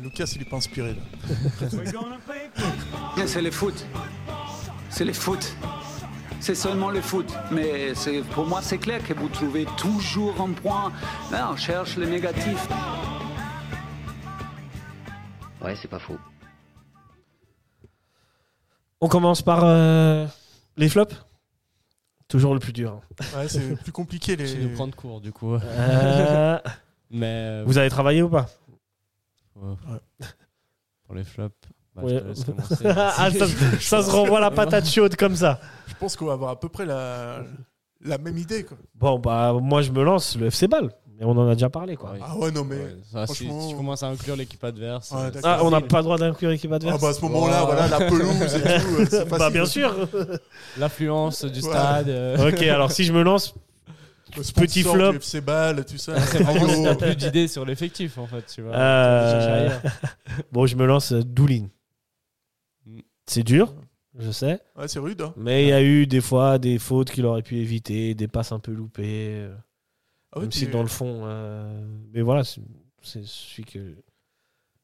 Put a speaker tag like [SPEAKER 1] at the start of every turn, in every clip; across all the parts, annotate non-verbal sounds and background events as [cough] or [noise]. [SPEAKER 1] Lucas, il est pas inspiré là.
[SPEAKER 2] C'est le foot. C'est le foot. C'est seulement le foot. Mais c'est- pour moi, c'est clair que vous trouvez toujours un point. Là, on cherche le négatif.
[SPEAKER 3] Ouais, c'est pas faux.
[SPEAKER 4] On commence par euh, les flops. Toujours le plus dur. hein.
[SPEAKER 1] Ouais, [laughs] c'est plus compliqué les.
[SPEAKER 5] Je vais nous prendre court du coup.
[SPEAKER 4] Euh,
[SPEAKER 5] Mais euh,
[SPEAKER 4] [laughs] vous avez travaillé ou pas
[SPEAKER 5] ouais. pour les flops, bah,
[SPEAKER 4] Ouais.
[SPEAKER 5] je te laisse
[SPEAKER 4] [laughs]
[SPEAKER 5] commencer.
[SPEAKER 4] [laughs] Ah, ça, ça se renvoie la patate chaude comme ça.
[SPEAKER 1] Je pense qu'on va avoir à peu près la, la même idée. Quoi.
[SPEAKER 4] Bon, bah, moi, je me lance le FC Ball. Mais on en a déjà parlé, quoi.
[SPEAKER 5] Ouais.
[SPEAKER 1] Ah ouais, non mais.
[SPEAKER 5] Ouais, ça, si-
[SPEAKER 1] franchement-
[SPEAKER 5] si, tu commences à inclure l'équipe adverse,
[SPEAKER 1] Ouais,
[SPEAKER 5] euh,
[SPEAKER 1] d'accord.
[SPEAKER 4] Ah, on n'a
[SPEAKER 1] facile.
[SPEAKER 4] pas le droit d'inclure l'équipe
[SPEAKER 1] Ah
[SPEAKER 4] adverse
[SPEAKER 1] bah à ce moment-là, voilà, la pelouse et tout. euh, c'est
[SPEAKER 4] Bah,
[SPEAKER 1] facile. [laughs]
[SPEAKER 4] bien sûr.
[SPEAKER 5] l'affluence du
[SPEAKER 1] Ouais.
[SPEAKER 5] stade. euh,
[SPEAKER 4] ok, alors si je me lance,
[SPEAKER 1] Le sponsor
[SPEAKER 4] Petit
[SPEAKER 1] du
[SPEAKER 4] flop.
[SPEAKER 1] FC Ball, tout ça.
[SPEAKER 5] [laughs] [laughs] C'est vraiment si
[SPEAKER 1] Yo.
[SPEAKER 5] t'as plus d'idées sur l'effectif en fait, tu vois.
[SPEAKER 4] Euh,
[SPEAKER 5] Tu vas chercher ailleurs.
[SPEAKER 4] bon, je me lance euh, Doulin.
[SPEAKER 5] Mm.
[SPEAKER 4] C'est dur, je sais.
[SPEAKER 1] Ouais, c'est rude. hein.
[SPEAKER 4] Mais il y a eu des fois des fautes qu'il aurait pu éviter, des passes un peu loupées. euh,
[SPEAKER 1] Ah ouais,
[SPEAKER 4] même si
[SPEAKER 1] t'es-
[SPEAKER 4] dans le fond. euh, mais voilà, c'est c'est celui que.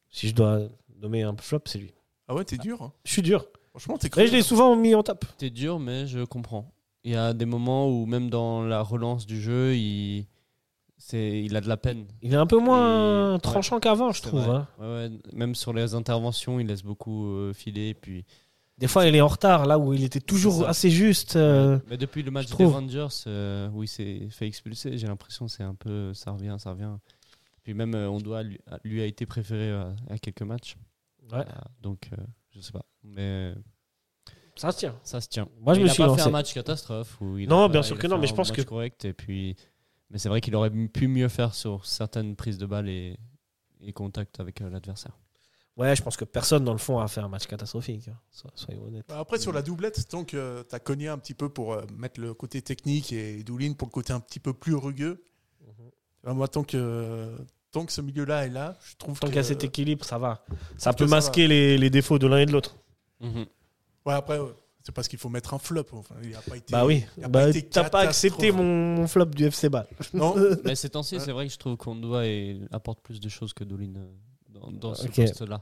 [SPEAKER 4] Si je dois nommer un flop, c'est lui.
[SPEAKER 1] Ah ouais, t'es dur. hein.
[SPEAKER 4] Je suis dur.
[SPEAKER 1] Franchement, t'es
[SPEAKER 4] Et
[SPEAKER 1] cru.
[SPEAKER 4] je l'ai souvent mis en top.
[SPEAKER 5] T'es dur, mais je comprends. Il y a des moments où même dans la relance du jeu, il, c'est, il a de la peine.
[SPEAKER 4] Il est un peu moins
[SPEAKER 5] Et- ouais.
[SPEAKER 4] tranchant qu'avant, je
[SPEAKER 5] C'est
[SPEAKER 4] trouve.
[SPEAKER 5] vrai.
[SPEAKER 4] hein.
[SPEAKER 5] Ouais, ouais, Même sur les interventions, il laisse beaucoup euh, filer. Puis...
[SPEAKER 4] Des fois, il est en retard, là où il était
[SPEAKER 5] C'est
[SPEAKER 4] toujours
[SPEAKER 5] ça.
[SPEAKER 4] assez juste. euh,
[SPEAKER 5] Mais depuis le match
[SPEAKER 4] je
[SPEAKER 5] des
[SPEAKER 4] trouve.
[SPEAKER 5] Rangers, euh, où il s'est fait expulser, j'ai l'impression que c'est un peu ça revient, ça revient. Puis même, euh, on doit lui, lui a été préféré à, à quelques matchs.
[SPEAKER 4] ouais,
[SPEAKER 5] Ah, donc, euh, je sais pas. Mais
[SPEAKER 4] ça se tient.
[SPEAKER 5] ça se tient.
[SPEAKER 4] Moi, je
[SPEAKER 5] Mais
[SPEAKER 4] me
[SPEAKER 5] il a
[SPEAKER 4] suis
[SPEAKER 5] pas
[SPEAKER 4] lancé.
[SPEAKER 5] fait un match catastrophe. Où il a
[SPEAKER 4] Non,
[SPEAKER 5] pas-
[SPEAKER 4] bien
[SPEAKER 5] il
[SPEAKER 4] sûr
[SPEAKER 5] a
[SPEAKER 4] que
[SPEAKER 5] fait
[SPEAKER 4] non, mais
[SPEAKER 5] un
[SPEAKER 4] je pense
[SPEAKER 5] match
[SPEAKER 4] que-
[SPEAKER 5] correct. Et puis, mais c'est vrai qu'il aurait pu mieux faire sur certaines prises de balles et, et contacts avec euh, l'adversaire.
[SPEAKER 4] Ouais, je pense que personne, dans le fond, a fait un match catastrophique. hein. So- Soyons honnêtes.
[SPEAKER 1] Bah, Après, sur la doublette, tant que euh, t'as cogné un petit peu pour euh, mettre le côté technique et Doulin pour le côté un petit peu plus rugueux,
[SPEAKER 4] Mhm.
[SPEAKER 1] euh, moi, tant que, euh, tant que ce milieu-là est là, je trouve
[SPEAKER 4] Tant
[SPEAKER 1] que.
[SPEAKER 4] qu'il y a cet équilibre, ça va. Ça
[SPEAKER 1] que
[SPEAKER 4] peut
[SPEAKER 1] ça
[SPEAKER 4] masquer les, les défauts de l'un et de l'autre.
[SPEAKER 1] Ouais, après, ouais, c'est parce qu'il faut mettre un flop. Enfin, il a pas été.
[SPEAKER 4] Bah oui.
[SPEAKER 1] il a
[SPEAKER 4] Bah,
[SPEAKER 1] été
[SPEAKER 4] T'as pas accepté
[SPEAKER 1] catastrophe.
[SPEAKER 4] mon mon flop du FC Ball. [laughs]
[SPEAKER 1] Non,
[SPEAKER 5] mais ces temps-ci,
[SPEAKER 1] Ouais.
[SPEAKER 5] c'est vrai que je trouve qu'on doit et apporte plus de choses que Dolin euh, dans, dans ce
[SPEAKER 4] Ok.
[SPEAKER 5] poste-là.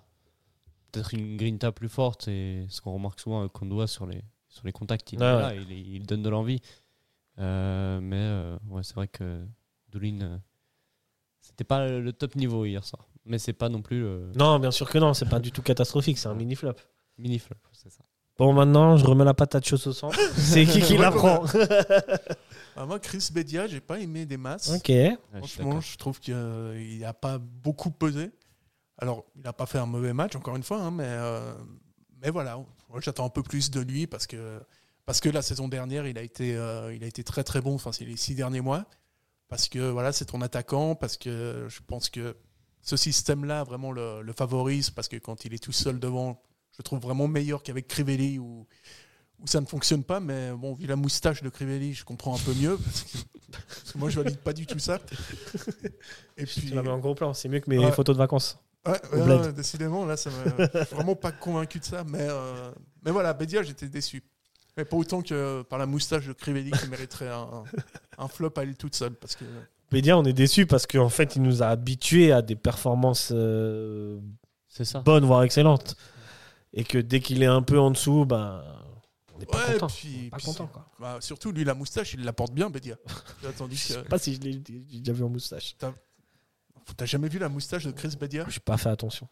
[SPEAKER 5] Peut-être une grinta plus forte et ce qu'on remarque souvent euh, qu'on doit sur les, sur les contacts. Il, est
[SPEAKER 4] Ah Ouais,
[SPEAKER 5] là, il, est- il donne de l'envie. Euh, mais euh, ouais, c'est vrai que Dolin, euh, c'était pas le top niveau hier soir. Mais c'est pas non plus le
[SPEAKER 4] Non, bien sûr que non, c'est pas du tout catastrophique, c'est un mini flop.
[SPEAKER 5] mini flop. C'est ça.
[SPEAKER 4] Bon, maintenant, je remets la patate chaude au sang. [laughs] C'est qui qui la prend [laughs]
[SPEAKER 1] Ah, moi, Chris Bedia, j'ai pas aimé des masses.
[SPEAKER 4] Ok.
[SPEAKER 5] Ouais, je suis
[SPEAKER 1] Franchement,
[SPEAKER 5] d'accord.
[SPEAKER 1] je trouve qu'il n'a pas beaucoup pesé. Alors, il n'a pas fait un mauvais match, encore une fois, hein, mais, euh, mais voilà, moi, j'attends un peu plus de lui parce que, parce que la saison dernière, il a été, euh, il a été très très bon, enfin, c'est les six derniers mois, parce que voilà, c'est ton attaquant, parce que je pense que ce système-là vraiment le, le favorise, parce que quand il est tout seul devant, je le trouve vraiment meilleur qu'avec Crivelli où, où ça ne fonctionne pas, mais bon, vu la moustache de Crivelli, je comprends un peu mieux, parce que, parce que moi, je valide pas du tout ça. Et puis,
[SPEAKER 4] Tu la mets en gros plan, c'est mieux que mes
[SPEAKER 1] Ouais.
[SPEAKER 4] photos de vacances.
[SPEAKER 1] Ouais,
[SPEAKER 4] Au
[SPEAKER 1] ouais,
[SPEAKER 4] bled.
[SPEAKER 1] ouais, décidément, là, ça m'a- je suis vraiment pas convaincu de ça. Mais, euh, mais voilà, Bédia, j'étais déçu. Mais pas autant que par la moustache de Crivelli qui mériterait un, un flop à elle toute seule. Parce que,
[SPEAKER 4] Pédia, on est déçus parce qu'en fait, il nous a habitués à des performances euh,
[SPEAKER 5] C'est ça.
[SPEAKER 4] bonnes, voire excellentes. Et que dès qu'il est un peu en dessous, ben, on n'est pas
[SPEAKER 1] Ouais,
[SPEAKER 4] content.
[SPEAKER 1] puis-
[SPEAKER 4] Pas
[SPEAKER 1] puis
[SPEAKER 4] content,
[SPEAKER 1] c'est-
[SPEAKER 4] quoi.
[SPEAKER 1] bah, surtout, lui, la moustache, il la porte bien, Bédia. Tandis
[SPEAKER 4] Je
[SPEAKER 1] que
[SPEAKER 4] sais pas si je l'ai j'ai déjà vu en moustache.
[SPEAKER 1] t'as jamais vu la moustache de Chris Bédia
[SPEAKER 4] J'ai pas fait attention.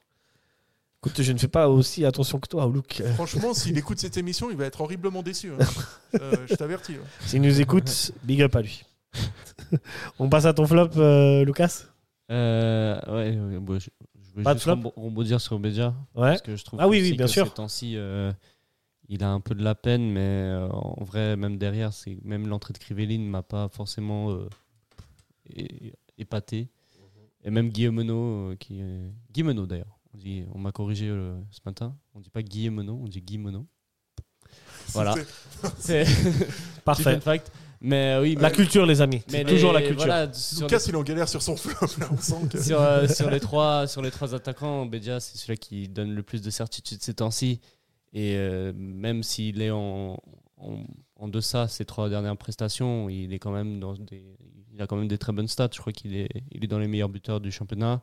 [SPEAKER 4] Écoute, je ne fais pas aussi attention que toi au look. [laughs] Euh,
[SPEAKER 1] Franchement,
[SPEAKER 5] [laughs]
[SPEAKER 1] s'il écoute cette émission, il va être horriblement déçu. hein. Euh, je t'avertis. ouais.
[SPEAKER 4] S'il nous écoute, big up à [laughs] lui. on passe à ton flop, euh, Lucas
[SPEAKER 5] Euh, ouais, ouais, bon, je, je veux
[SPEAKER 4] Pas de
[SPEAKER 5] juste
[SPEAKER 4] flop
[SPEAKER 5] rembo- rebondir sur Béja.
[SPEAKER 4] Ouais.
[SPEAKER 5] Parce que je trouve
[SPEAKER 4] Ah oui,
[SPEAKER 5] aussi
[SPEAKER 4] oui, bien
[SPEAKER 5] que
[SPEAKER 4] sûr.
[SPEAKER 5] ces temps-ci, euh, il a un peu de la peine, mais euh, en vrai, même derrière, c'est même l'entrée de Crivelli ne m'a pas forcément euh, é- épaté.
[SPEAKER 4] Mhm.
[SPEAKER 5] Et même Guillemeno, euh, qui est... Guillemeno d'ailleurs. On, dit- on m'a corrigé euh, ce matin. On dit pas Guillemeno, on dit Guillemeno. Voilà.
[SPEAKER 4] [laughs]
[SPEAKER 5] C'est
[SPEAKER 4] Parfait.
[SPEAKER 5] fun fact. Mais euh, oui,
[SPEAKER 4] La
[SPEAKER 5] mais-
[SPEAKER 4] culture, les amis.
[SPEAKER 5] mais
[SPEAKER 4] C'est toujours
[SPEAKER 5] les-
[SPEAKER 4] la culture.
[SPEAKER 5] voilà, sur
[SPEAKER 1] Lucas, il est en galère sur son [laughs] flop. Là, on sent que...
[SPEAKER 5] sur, euh, sur les trois, sur les trois attaquants, Bedia, c'est celui qui donne le plus de certitude ces temps-ci. Et euh, même s'il est en, en, en deçà ces trois dernières prestations, il est quand même dans des, il a quand même des très bonnes stats. Je crois qu'il est, il est dans les meilleurs buteurs du championnat.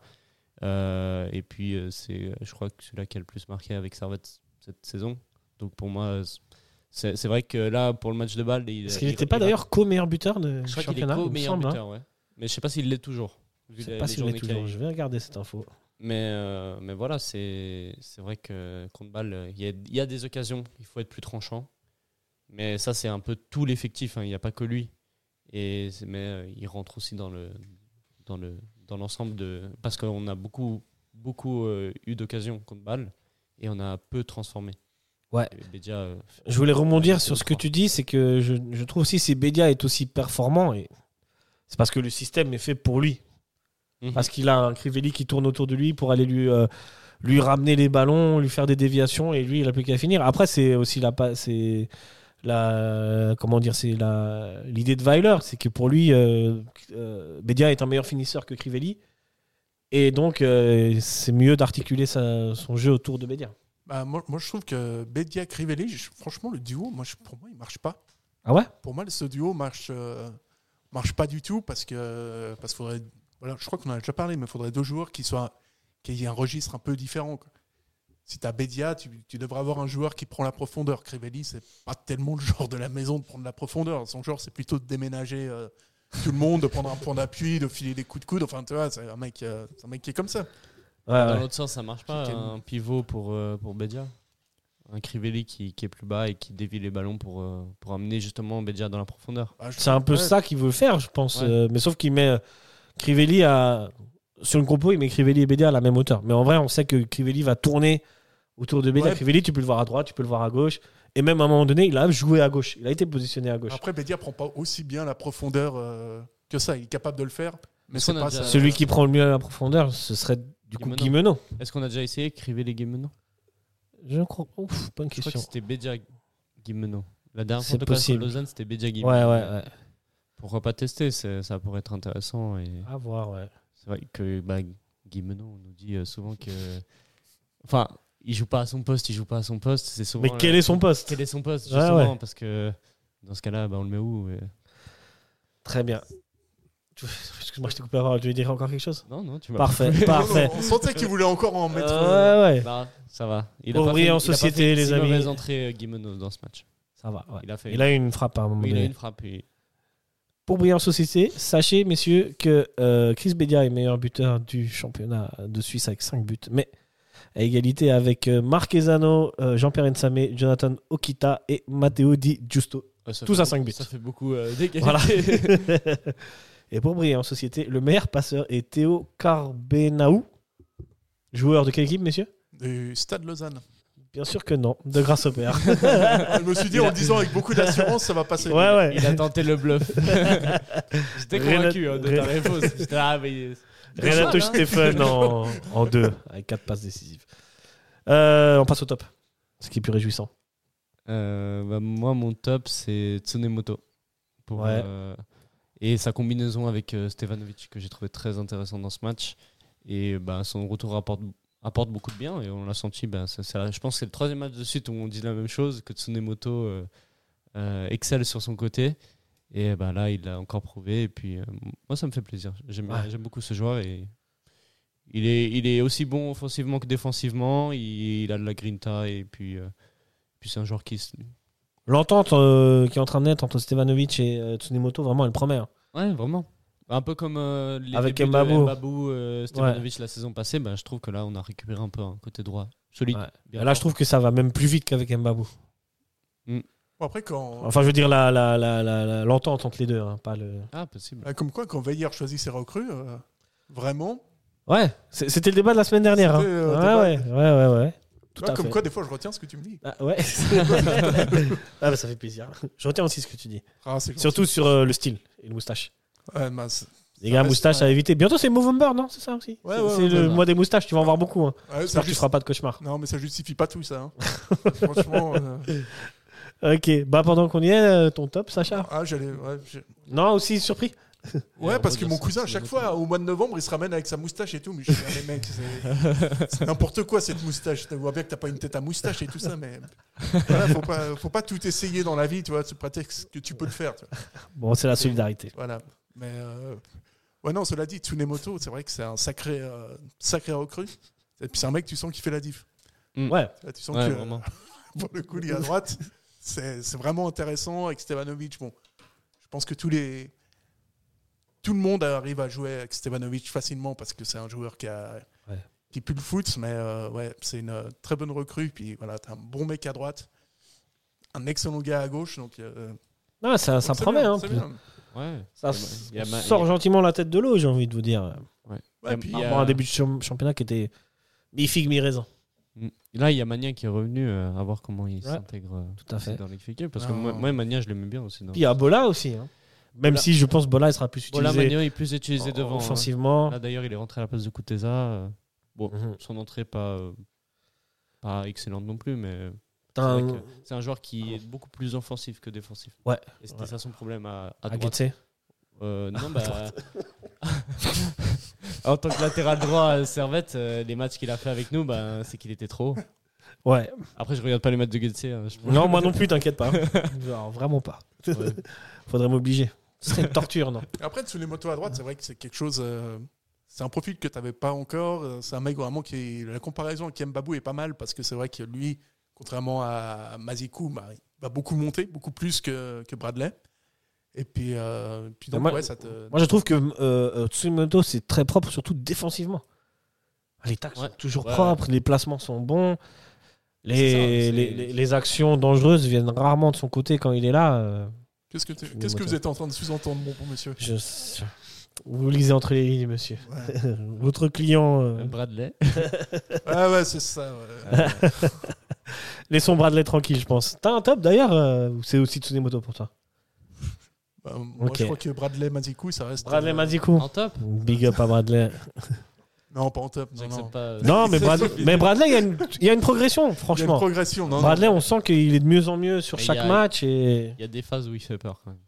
[SPEAKER 5] Euh, et puis, euh, c'est, je crois que celui-là qui a le plus marqué avec Servette cette saison. Donc, pour moi, c'est, c'est vrai que là, pour le match de balle.
[SPEAKER 4] Parce qu'il n'était pas d'ailleurs co-meilleur buteur de
[SPEAKER 5] Je crois qu'il est
[SPEAKER 4] championnat, il me
[SPEAKER 5] co-meilleur
[SPEAKER 4] semble. hein.
[SPEAKER 5] buteur, ouais. Mais je sais pas s'il l'est toujours. vu
[SPEAKER 4] Je sais
[SPEAKER 5] les-
[SPEAKER 4] pas
[SPEAKER 5] les
[SPEAKER 4] si je l'ai
[SPEAKER 5] journées qu'il a
[SPEAKER 4] toujours.
[SPEAKER 5] eues.
[SPEAKER 4] Je vais regarder cette info.
[SPEAKER 5] Mais, euh, mais voilà, c'est c'est vrai que contre balle, euh, il y a, il y a des occasions, il faut être plus tranchant. Mais ça, c'est un peu tout l'effectif, hein, il n'y a pas que lui. Et, c'est- mais euh, il rentre aussi dans le dans le dans l'ensemble de parce qu'on a beaucoup beaucoup euh, eu d'occasions contre balle et on a peu transformé.
[SPEAKER 4] Ouais.
[SPEAKER 5] Et Bedia, euh,
[SPEAKER 4] Je voulais rebondir
[SPEAKER 5] Ouais,
[SPEAKER 4] sur ce que
[SPEAKER 5] crois.
[SPEAKER 4] tu dis, c'est que je, je trouve aussi que Bédia est aussi performant et c'est parce que le système est fait pour lui.
[SPEAKER 5] Mhm.
[SPEAKER 4] Parce qu'il a un Crivelli qui tourne autour de lui pour aller lui, euh, lui ramener les ballons, lui faire des déviations et lui, il n'a plus qu'à finir. Après, c'est aussi la. pa- C'est la comment dire c'est la l'idée de Weiler c'est que pour lui euh, euh, Bédia est un meilleur finisseur que Crivelli et donc euh, c'est mieux d'articuler sa- son jeu autour de Bédia
[SPEAKER 1] Bah, moi, moi, je trouve que Bedia Crivelli, je- franchement, le duo, moi, je- pour moi, il marche pas.
[SPEAKER 4] ah ouais
[SPEAKER 1] Pour moi, ce duo marche, euh, marche pas du tout parce que parce qu'il faudrait. Voilà, je crois qu'on en a déjà parlé, mais il faudrait deux joueurs qui soient qui aient un registre un peu différent. quoi. Si tu as Bedia, tu, tu devrais avoir un joueur qui prend la profondeur. Crivelli, c'est pas tellement le genre de la maison de prendre la profondeur. Son genre, c'est plutôt de déménager euh, tout le monde, de prendre un point d'appui, de filer des coups de coude. Enfin, tu vois, c'est un mec, euh, c'est un mec qui est comme ça.
[SPEAKER 4] Ouais,
[SPEAKER 5] dans
[SPEAKER 4] Ah ouais.
[SPEAKER 5] l'autre sens, ça marche pas
[SPEAKER 1] J'ai quel-
[SPEAKER 5] un pivot pour euh, pour Bedia. Un Crivelli qui, qui est plus bas et qui dévie les ballons pour, euh, pour amener justement Bedia dans la profondeur.
[SPEAKER 1] Ah, je-
[SPEAKER 4] C'est un peu
[SPEAKER 1] ouais,
[SPEAKER 4] ça qu'il veut faire, je pense.
[SPEAKER 5] Ouais.
[SPEAKER 4] Euh, mais sauf qu'il met euh, Crivelli à. Sur une compo, il met Crivelli et Bédia à la même hauteur. Mais en vrai, on sait que Crivelli va tourner autour de Bédia.
[SPEAKER 1] Ouais.
[SPEAKER 4] Crivelli, tu peux le voir à droite, tu peux le voir à gauche. Et même à un moment donné, il a joué à gauche. Il a été positionné à gauche.
[SPEAKER 1] Après, Bedia prend pas aussi bien la profondeur euh, que ça. Il est capable de le faire, mais
[SPEAKER 5] Est-ce
[SPEAKER 1] c'est
[SPEAKER 5] qu'on a
[SPEAKER 1] pas
[SPEAKER 5] déjà-
[SPEAKER 1] ça.
[SPEAKER 4] Celui qui prend le mieux à la profondeur, ce serait du coup
[SPEAKER 5] Ah, euh, Guimeno.
[SPEAKER 4] Guimeno.
[SPEAKER 5] Est-ce qu'on a déjà essayé Crivelli Guimeno
[SPEAKER 4] Je crois. Ouf, bonne
[SPEAKER 5] Je crois que
[SPEAKER 4] question.
[SPEAKER 5] c'était Bédia Guimeno. La dernière
[SPEAKER 4] C'est
[SPEAKER 5] fois de passe
[SPEAKER 4] possible.
[SPEAKER 5] Lausanne, c'était Bédia
[SPEAKER 4] Ouais,
[SPEAKER 5] Guimeno.
[SPEAKER 4] ouais, ouais.
[SPEAKER 5] Pourquoi pas tester c'est- Ça pourrait être intéressant. Et
[SPEAKER 4] À voir, ouais.
[SPEAKER 5] c'est vrai que bah, Guimeno, on nous dit euh, souvent que. Enfin, il joue pas à son poste, il joue pas à son poste. C'est souvent.
[SPEAKER 4] Mais quel est son poste
[SPEAKER 5] Quel est son poste
[SPEAKER 4] Ouais,
[SPEAKER 5] justement
[SPEAKER 4] ouais.
[SPEAKER 5] Parce que dans ce cas-là, bah, on le met où euh
[SPEAKER 4] Très bien. Tu- [laughs] Excuse-moi, je t'ai coupé la parole. Tu veux dire encore quelque chose
[SPEAKER 5] Non, non, tu m'as.
[SPEAKER 4] Parfait,
[SPEAKER 1] Non, non,
[SPEAKER 4] parfait.
[SPEAKER 1] On sentait qu'il voulait encore en mettre. euh,
[SPEAKER 4] Euh, ouais, ouais.
[SPEAKER 5] [laughs] Bah, ça va. Il
[SPEAKER 4] Ouvrier en
[SPEAKER 5] il pas
[SPEAKER 4] société,
[SPEAKER 5] fait une
[SPEAKER 4] les
[SPEAKER 5] si
[SPEAKER 4] amis.
[SPEAKER 5] mauvaise entrée euh, Guimeno dans ce match.
[SPEAKER 4] Ça va. ouais.
[SPEAKER 5] Il a fait.
[SPEAKER 4] Il a eu une frappe à un moment
[SPEAKER 5] oui, il a
[SPEAKER 4] donné.
[SPEAKER 5] une frappe. et-
[SPEAKER 4] Pour briller en société, sachez, messieurs, que euh, Chris Bedia est meilleur buteur du championnat de Suisse avec 5 buts, mais à égalité avec euh, Marquezano, euh, Jean-Pierre Nsamé, Jonathan Okita et Matteo Di Giusto.
[SPEAKER 5] Ah, ça
[SPEAKER 4] Tous
[SPEAKER 5] fait
[SPEAKER 4] à cinq
[SPEAKER 5] beaucoup-
[SPEAKER 4] buts.
[SPEAKER 5] Ça fait beaucoup euh, d'égalité.
[SPEAKER 4] [laughs] Voilà. et pour briller en société, le meilleur passeur est Théo Carbenaou. Joueur de quelle équipe, messieurs
[SPEAKER 1] Du euh, Stade Lausanne.
[SPEAKER 4] Bien sûr que non, de grâce au père.
[SPEAKER 1] Je me suis dit, en le disant avec beaucoup d'assurance, ça va passer.
[SPEAKER 4] ouais, ouais.
[SPEAKER 5] Il a tenté
[SPEAKER 4] [laughs]
[SPEAKER 5] le bluff. [laughs] J'étais
[SPEAKER 4] Renat-
[SPEAKER 5] convaincu hein, de ta
[SPEAKER 4] Ren-
[SPEAKER 5] réponse. J'étais, ah, mais-
[SPEAKER 4] Renato
[SPEAKER 5] Déjà, là.
[SPEAKER 4] Stéphane en, en deux, avec quatre passes décisives. Euh, on passe au top, ce qui est plus réjouissant.
[SPEAKER 5] Euh, bah, moi, mon top, c'est Tsunemoto. Pour,
[SPEAKER 4] Ouais.
[SPEAKER 5] euh, et sa combinaison avec euh, Stevanovic, que j'ai trouvé très intéressant dans ce match. Et bah, son retour apporte, apporte beaucoup de bien. Et on l'a senti, bah, ça- ça- je pense que c'est le troisième match de suite où on dit la même chose, que Tsunemoto euh, euh, excelle sur son côté. Et bah, là, il l'a encore prouvé. Et puis, euh, moi, ça me fait plaisir. J'aime
[SPEAKER 4] Ouais.
[SPEAKER 5] j'aime beaucoup ce joueur. Et il est, il est aussi bon offensivement que défensivement. Il, il a de la grinta. Et puis, euh, puis c'est un joueur qui, se-
[SPEAKER 4] L'entente euh, qui est en train de naître entre Stevanovic et euh, Tsunemoto, vraiment, elle promet. hein.
[SPEAKER 5] Ouais, vraiment. Un peu comme euh, les
[SPEAKER 4] Avec
[SPEAKER 5] débuts de
[SPEAKER 4] Mbabou.
[SPEAKER 5] Mbabou, euh, Stevanovic la saison passée, ben, je trouve que là, on a récupéré un peu un côté droit solide.
[SPEAKER 4] Ouais.
[SPEAKER 5] bien
[SPEAKER 4] Là, je
[SPEAKER 5] fort.
[SPEAKER 4] trouve que ça va même plus vite qu'avec Mbabou.
[SPEAKER 1] Bon, Après, quand.
[SPEAKER 4] Enfin, je veux dire, l'entente la, la, la, la- l'entente entre les deux, hein, pas le.
[SPEAKER 5] Ah, possible.
[SPEAKER 1] bah, Comme quoi, quand Veiller choisit ses recrues, euh, vraiment.
[SPEAKER 4] Ouais, c'est- c'était le débat de la semaine dernière. hein.
[SPEAKER 1] C'était, euh,
[SPEAKER 4] ouais, ouais, ouais, ouais, ouais.
[SPEAKER 1] tu
[SPEAKER 4] Tout
[SPEAKER 1] vois,
[SPEAKER 4] à
[SPEAKER 1] comme
[SPEAKER 4] fait.
[SPEAKER 1] quoi, des fois, je retiens ce que tu me dis.
[SPEAKER 4] Ah, ouais. [laughs] ah, bah, ça fait plaisir. Je retiens aussi ce que tu dis.
[SPEAKER 1] Ah, c'est
[SPEAKER 4] Surtout sur euh, le style et le moustache.
[SPEAKER 1] Ouais, bah, c'est-
[SPEAKER 4] Les
[SPEAKER 1] Ça
[SPEAKER 4] gars,
[SPEAKER 1] reste-
[SPEAKER 4] moustache
[SPEAKER 1] ouais.
[SPEAKER 4] à éviter. Bientôt, c'est Movember, non C'est ça aussi
[SPEAKER 1] Ouais,
[SPEAKER 4] C'est
[SPEAKER 1] ouais,
[SPEAKER 4] c'est
[SPEAKER 1] ouais,
[SPEAKER 4] le
[SPEAKER 5] ouais.
[SPEAKER 4] mois des moustaches, tu vas en voir beaucoup. Hein.
[SPEAKER 1] ouais, ça
[SPEAKER 4] J'espère que tu
[SPEAKER 1] juste-
[SPEAKER 4] feras pas de cauchemar.
[SPEAKER 1] Non, mais ça justifie pas tout ça. hein. Franchement. euh,
[SPEAKER 4] [laughs] Ok, bah pendant qu'on y est, euh, ton top, Sacha
[SPEAKER 1] Ah, j'allais. Ouais, j'ai-
[SPEAKER 4] Non, aussi surpris
[SPEAKER 1] Ouais,
[SPEAKER 5] Et
[SPEAKER 1] parce
[SPEAKER 5] on
[SPEAKER 1] que
[SPEAKER 5] redescend
[SPEAKER 1] mon cousin, à
[SPEAKER 5] sur
[SPEAKER 1] chaque
[SPEAKER 5] le
[SPEAKER 1] fois, au mois de novembre, il se ramène avec sa moustache et tout. Mais je suis un mec, c'est- c'est n'importe quoi cette moustache. Tu vois bien que t'as pas une tête à moustache et tout ça, mais voilà, faut pas, faut pas tout essayer dans la vie, tu vois, sous prétexte que tu peux le faire. tu vois.
[SPEAKER 4] Bon, c'est la solidarité.
[SPEAKER 1] Voilà. Mais euh, Ouais, non, cela dit, Tsunemoto, c'est vrai que c'est un sacré, euh, sacré recrue. Et puis c'est un mec, tu sens qu'il fait la diff.
[SPEAKER 4] Ouais.
[SPEAKER 1] Là, tu sens
[SPEAKER 5] Ouais,
[SPEAKER 1] que,
[SPEAKER 5] vraiment.
[SPEAKER 1] pour le coup, il est à droite. C'est c'est vraiment intéressant avec Stevanovic. Bon, je pense que tous les. Tout le monde arrive à jouer avec Stevanovic facilement parce que c'est un joueur qui a.
[SPEAKER 4] Ouais.
[SPEAKER 1] Qui pue le foot, mais euh, ouais, c'est une euh, très bonne recrue. Puis voilà, t'as un bon mec à droite, un excellent gars à gauche, donc euh,
[SPEAKER 4] Ah, ça, ça
[SPEAKER 1] donc c'est
[SPEAKER 4] promet.
[SPEAKER 1] bien,
[SPEAKER 4] hein.
[SPEAKER 1] c'est bien.
[SPEAKER 5] Ouais.
[SPEAKER 4] Ça
[SPEAKER 5] Il y a ma-
[SPEAKER 4] sort gentiment la tête de l'eau, j'ai envie de vous dire.
[SPEAKER 1] Ouais, puis, euh,
[SPEAKER 5] Il y a-
[SPEAKER 4] Par rapport à un début de cham- championnat qui était mi-figue, mi-raisin.
[SPEAKER 5] Mm. Là, il y a Mania qui est revenu, euh, à voir comment il s'intègre euh,
[SPEAKER 4] Tout à fait.
[SPEAKER 5] dans l'XFK. Parce que
[SPEAKER 1] Non.
[SPEAKER 5] moi, moi, Mania, je l'aimais bien aussi. Dans...
[SPEAKER 4] Puis il y a Bola aussi. hein. Même
[SPEAKER 5] Bola.
[SPEAKER 4] si je pense Bola il sera plus
[SPEAKER 5] Bon, là,
[SPEAKER 4] utilisé
[SPEAKER 5] Mania est plus utilisé
[SPEAKER 4] en-
[SPEAKER 5] devant. hein.
[SPEAKER 4] offensivement.
[SPEAKER 5] Là, d'ailleurs, il est rentré à la place de Kuteza. euh, Bon,
[SPEAKER 4] Mhm.
[SPEAKER 5] son entrée pas, euh, pas excellente non plus, mais euh, c'est
[SPEAKER 4] T'as un-
[SPEAKER 5] vrai que c'est un joueur qui est beaucoup plus offensif que défensif.
[SPEAKER 4] Ouais.
[SPEAKER 5] Et c'était
[SPEAKER 4] Ouais.
[SPEAKER 5] ça son problème à, à
[SPEAKER 4] Ah,
[SPEAKER 5] droite.
[SPEAKER 4] Guetze.
[SPEAKER 5] Euh, [laughs] non, bah, en tant que latéral droit à Servette, euh, les matchs qu'il a fait avec nous, bah, c'est qu'il était trop.
[SPEAKER 4] Ouais.
[SPEAKER 5] Après, je regarde pas les matchs de Guetze. hein, je-
[SPEAKER 4] Non, moi non plus, t'inquiète
[SPEAKER 5] [laughs]
[SPEAKER 4] pas. Alors, vraiment pas. Faudrait m'obliger. Ce serait une torture, non
[SPEAKER 1] Après, sous les motos à droite, c'est vrai que c'est quelque chose. euh, c'est un profil que tu n'avais pas encore. Euh, C'est un mec vraiment qui. est- La comparaison avec Mbabou est pas mal parce que c'est vrai que lui, contrairement à Mazikou, bah, il va beaucoup monter, beaucoup plus que, que Bradley. Et puis, euh, puis donc,
[SPEAKER 4] Moi-
[SPEAKER 1] ouais, ça te.
[SPEAKER 4] Moi, je trouve que euh, euh, Tsunemoto, c'est très propre, surtout défensivement. Les tacles
[SPEAKER 5] Ouais.
[SPEAKER 4] sont toujours
[SPEAKER 5] Ouais,
[SPEAKER 4] propres, les placements sont bons. Les,
[SPEAKER 5] C'est ça,
[SPEAKER 4] les,
[SPEAKER 5] c'est-
[SPEAKER 4] les- les actions dangereuses viennent rarement de son côté quand il est là. euh,
[SPEAKER 1] Qu'est-ce que, t'es-
[SPEAKER 4] Sous les
[SPEAKER 1] qu'est-ce que
[SPEAKER 4] motos.
[SPEAKER 1] vous êtes en train de sous-entendre, mon bon monsieur
[SPEAKER 4] je- Vous lisez entre les lignes, monsieur. [laughs] Votre client. euh,
[SPEAKER 5] Bradley.
[SPEAKER 1] Ah ouais, c'est ça. ouais.
[SPEAKER 4] [laughs] Laissons Bradley tranquille, je pense. T'as un top d'ailleurs euh, ou C'est aussi Tsunemoto pour toi.
[SPEAKER 1] Bah, moi,
[SPEAKER 4] Ok.
[SPEAKER 1] je crois que Bradley, Mazikou, ça reste.
[SPEAKER 4] Bradley
[SPEAKER 1] euh,
[SPEAKER 4] Mazikou.
[SPEAKER 5] En top
[SPEAKER 4] Big up à
[SPEAKER 5] [laughs]
[SPEAKER 4] Bradley.
[SPEAKER 1] Non, pas en top. Non,
[SPEAKER 5] J'accepte
[SPEAKER 1] non.
[SPEAKER 5] pas. euh,
[SPEAKER 4] Non, mais,
[SPEAKER 1] C'est
[SPEAKER 4] Brad-
[SPEAKER 1] stupide.
[SPEAKER 4] mais Bradley, il y a une- il y, a une progression,
[SPEAKER 1] Il y a une
[SPEAKER 4] franchement.
[SPEAKER 1] progression. Non, non.
[SPEAKER 4] Bradley, on sent qu'il est de mieux en mieux sur
[SPEAKER 5] Mais
[SPEAKER 4] chaque
[SPEAKER 5] il y a-
[SPEAKER 4] match. Et...
[SPEAKER 5] Il y a des phases où il fait peur quand même.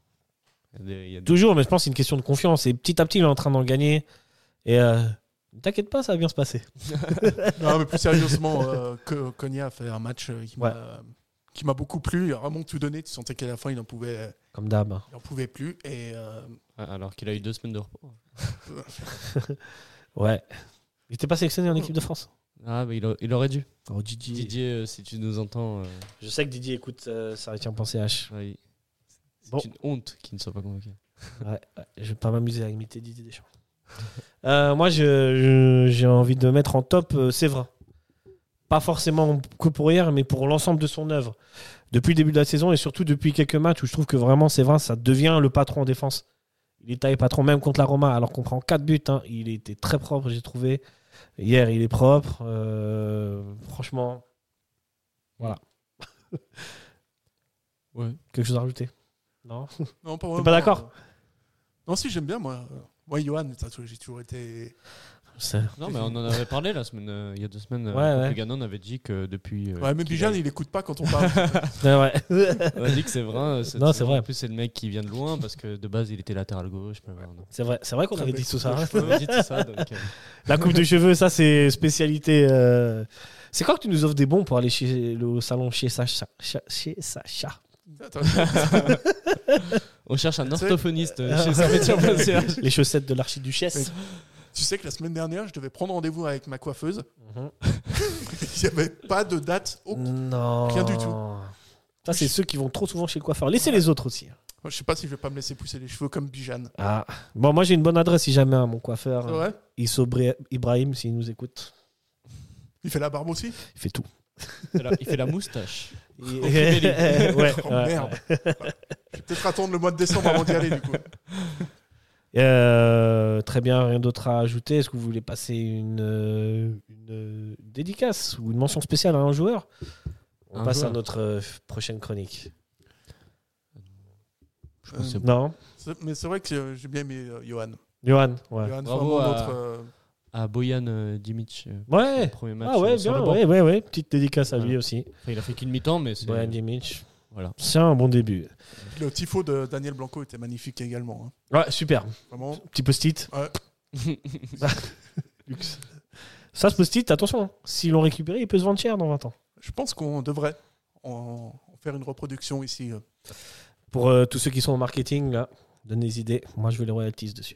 [SPEAKER 5] Il y a des- il y a des-
[SPEAKER 4] Toujours, mais je pense que c'est une question de confiance. Et petit à petit, il est en train d'en gagner. Et euh, t'inquiète pas, ça va bien se passer.
[SPEAKER 1] Non, mais plus sérieusement, euh, que- Konya a fait un match euh, qui m'a- qui m'a beaucoup plu. Il a vraiment tout donné. Tu sentais qu'à la fin, il n'en pouvait,
[SPEAKER 4] Comme d'hab. hein.
[SPEAKER 1] il en pouvait plus. Et euh,
[SPEAKER 5] ah, Alors qu'il a eu deux semaines de repos.
[SPEAKER 4] Ouais. Il était pas sélectionné en équipe de France.
[SPEAKER 5] Ah, mais il, a- il aurait dû.
[SPEAKER 4] Oh, Didier.
[SPEAKER 5] Didier, euh, si tu nous entends, euh,
[SPEAKER 4] Je sais que Didier écoute, euh, ça retient pensée H.
[SPEAKER 5] oui. c'est
[SPEAKER 4] Bon.
[SPEAKER 5] une honte qu'il ne soit pas convoqué.
[SPEAKER 4] Je vais pas m'amuser à imiter Didier Deschamps. [laughs] Euh, moi, je- je- j'ai envie de mettre en top euh, Séverin. Pas forcément que pour hier, mais pour l'ensemble de son œuvre. Depuis le début de la saison et surtout depuis quelques matchs où je trouve que vraiment Séverin, ça devient le patron en défense. Il est taillé patron même contre la Roma, alors qu'on prend 4 buts. hein. Il était très propre, j'ai trouvé. Hier, il est propre. Euh, franchement,
[SPEAKER 5] Ouais.
[SPEAKER 4] quelque chose à rajouter Non
[SPEAKER 1] non, pas,
[SPEAKER 4] T'es
[SPEAKER 1] vraiment.
[SPEAKER 4] pas d'accord
[SPEAKER 1] Non, si, j'aime bien, moi. Moi, Johan, t'as tou- j'ai toujours été.
[SPEAKER 4] C'est-
[SPEAKER 5] Non, mais on en avait parlé la semaine, euh, il y a deux semaines. euh,
[SPEAKER 4] Ouais, ouais.
[SPEAKER 5] contre Le Ganon avait dit que depuis. euh,
[SPEAKER 1] Ouais, mais
[SPEAKER 5] qu'il
[SPEAKER 1] Bijan,
[SPEAKER 5] a-
[SPEAKER 1] il écoute pas quand on parle.
[SPEAKER 4] Ouais, Ah ouais.
[SPEAKER 5] On a dit que c'est vrai. euh, cette
[SPEAKER 4] Non, c'est
[SPEAKER 5] saison.
[SPEAKER 4] vrai.
[SPEAKER 5] En plus, c'est le mec qui vient de loin parce que de base, il était latéral gauche. mais voilà, non.
[SPEAKER 4] C'est vrai, c'est vrai qu'on
[SPEAKER 1] Ça
[SPEAKER 4] avait
[SPEAKER 1] fait
[SPEAKER 4] dit tout ça. hein.
[SPEAKER 5] On avait dit tout ça, donc, euh,
[SPEAKER 4] La coupe de cheveux, ça, c'est spécialité. euh, C'est quand que tu nous offres des bons pour aller chez le au salon chez Sacha Cha- Chez Sacha.
[SPEAKER 1] Attends,
[SPEAKER 5] on cherche un
[SPEAKER 1] sais-
[SPEAKER 5] orthophoniste
[SPEAKER 4] Ah
[SPEAKER 5] euh,
[SPEAKER 4] [laughs]
[SPEAKER 5] chez Servetier.ch.
[SPEAKER 4] Les chaussettes de l'archiduchesse.
[SPEAKER 1] tu sais que la semaine dernière, je devais prendre rendez-vous avec ma coiffeuse. [laughs] Il n'y avait pas de date.
[SPEAKER 4] Mm.
[SPEAKER 1] Oh,
[SPEAKER 4] Non.
[SPEAKER 1] Rien du tout.
[SPEAKER 4] Ça, c'est ceux qui vont trop souvent chez le coiffeur. Laissez les autres aussi. hein.
[SPEAKER 1] Oh, Je sais pas si je vais pas me laisser pousser les cheveux comme Bijan.
[SPEAKER 4] Ah. Bon, moi, j'ai une bonne adresse si jamais à mon coiffeur.
[SPEAKER 1] C'est vrai
[SPEAKER 4] Isso Bri- Ibrahim, s'il nous écoute.
[SPEAKER 1] Il fait la barbe aussi
[SPEAKER 4] Il
[SPEAKER 1] [laughs]
[SPEAKER 4] fait tout.
[SPEAKER 5] Il fait la- Il fait la moustache.
[SPEAKER 4] ouais, [laughs] ouais,
[SPEAKER 1] Oh
[SPEAKER 4] ouais. [laughs]
[SPEAKER 1] merde Je vais peut-être attendre le mois de décembre avant d'y aller, du coup.
[SPEAKER 4] Euh, très bien, rien d'autre à ajouter. Est-ce que vous voulez passer une, euh, une, euh, dédicace ou une mention spéciale à un joueur On
[SPEAKER 5] Un
[SPEAKER 4] passe
[SPEAKER 5] joueur.
[SPEAKER 4] à notre euh, prochaine chronique.
[SPEAKER 5] Je pense que c'est bon.
[SPEAKER 4] Non
[SPEAKER 1] C'est- Mais c'est vrai que euh, j'ai bien aimé euh, Johan.
[SPEAKER 4] Johan Ouais.
[SPEAKER 1] Johan,
[SPEAKER 5] Bravo
[SPEAKER 1] vraiment
[SPEAKER 5] à-
[SPEAKER 1] notre. euh,
[SPEAKER 5] À Boyan euh, Dimic. euh, le
[SPEAKER 4] Ouais
[SPEAKER 5] Premier match
[SPEAKER 4] Ah ouais,
[SPEAKER 5] euh, sur
[SPEAKER 4] bien,
[SPEAKER 5] le banc.
[SPEAKER 4] ouais, ouais, ouais. Petite dédicace à
[SPEAKER 5] Voilà.
[SPEAKER 4] lui aussi.
[SPEAKER 5] Enfin, il a fait qu'une mi-temps, mais c'est.
[SPEAKER 4] Brian Dimic.
[SPEAKER 5] Voilà.
[SPEAKER 4] C'est un bon début.
[SPEAKER 1] Le tifo de Daniel Blanco était magnifique également. hein.
[SPEAKER 4] Ouais, super.
[SPEAKER 1] Vraiment.
[SPEAKER 4] Petit post-it.
[SPEAKER 1] Ouais.
[SPEAKER 4] Luxe. [laughs] Ça, ce post-it, attention. hein. S'ils l'ont récupéré, il peut se vendre cher dans 20 ans.
[SPEAKER 1] Je pense qu'on devrait en en faire une reproduction ici. euh.
[SPEAKER 4] Pour euh, tous ceux qui sont au marketing, là, Donne des idées. Moi, je veux les royalties dessus.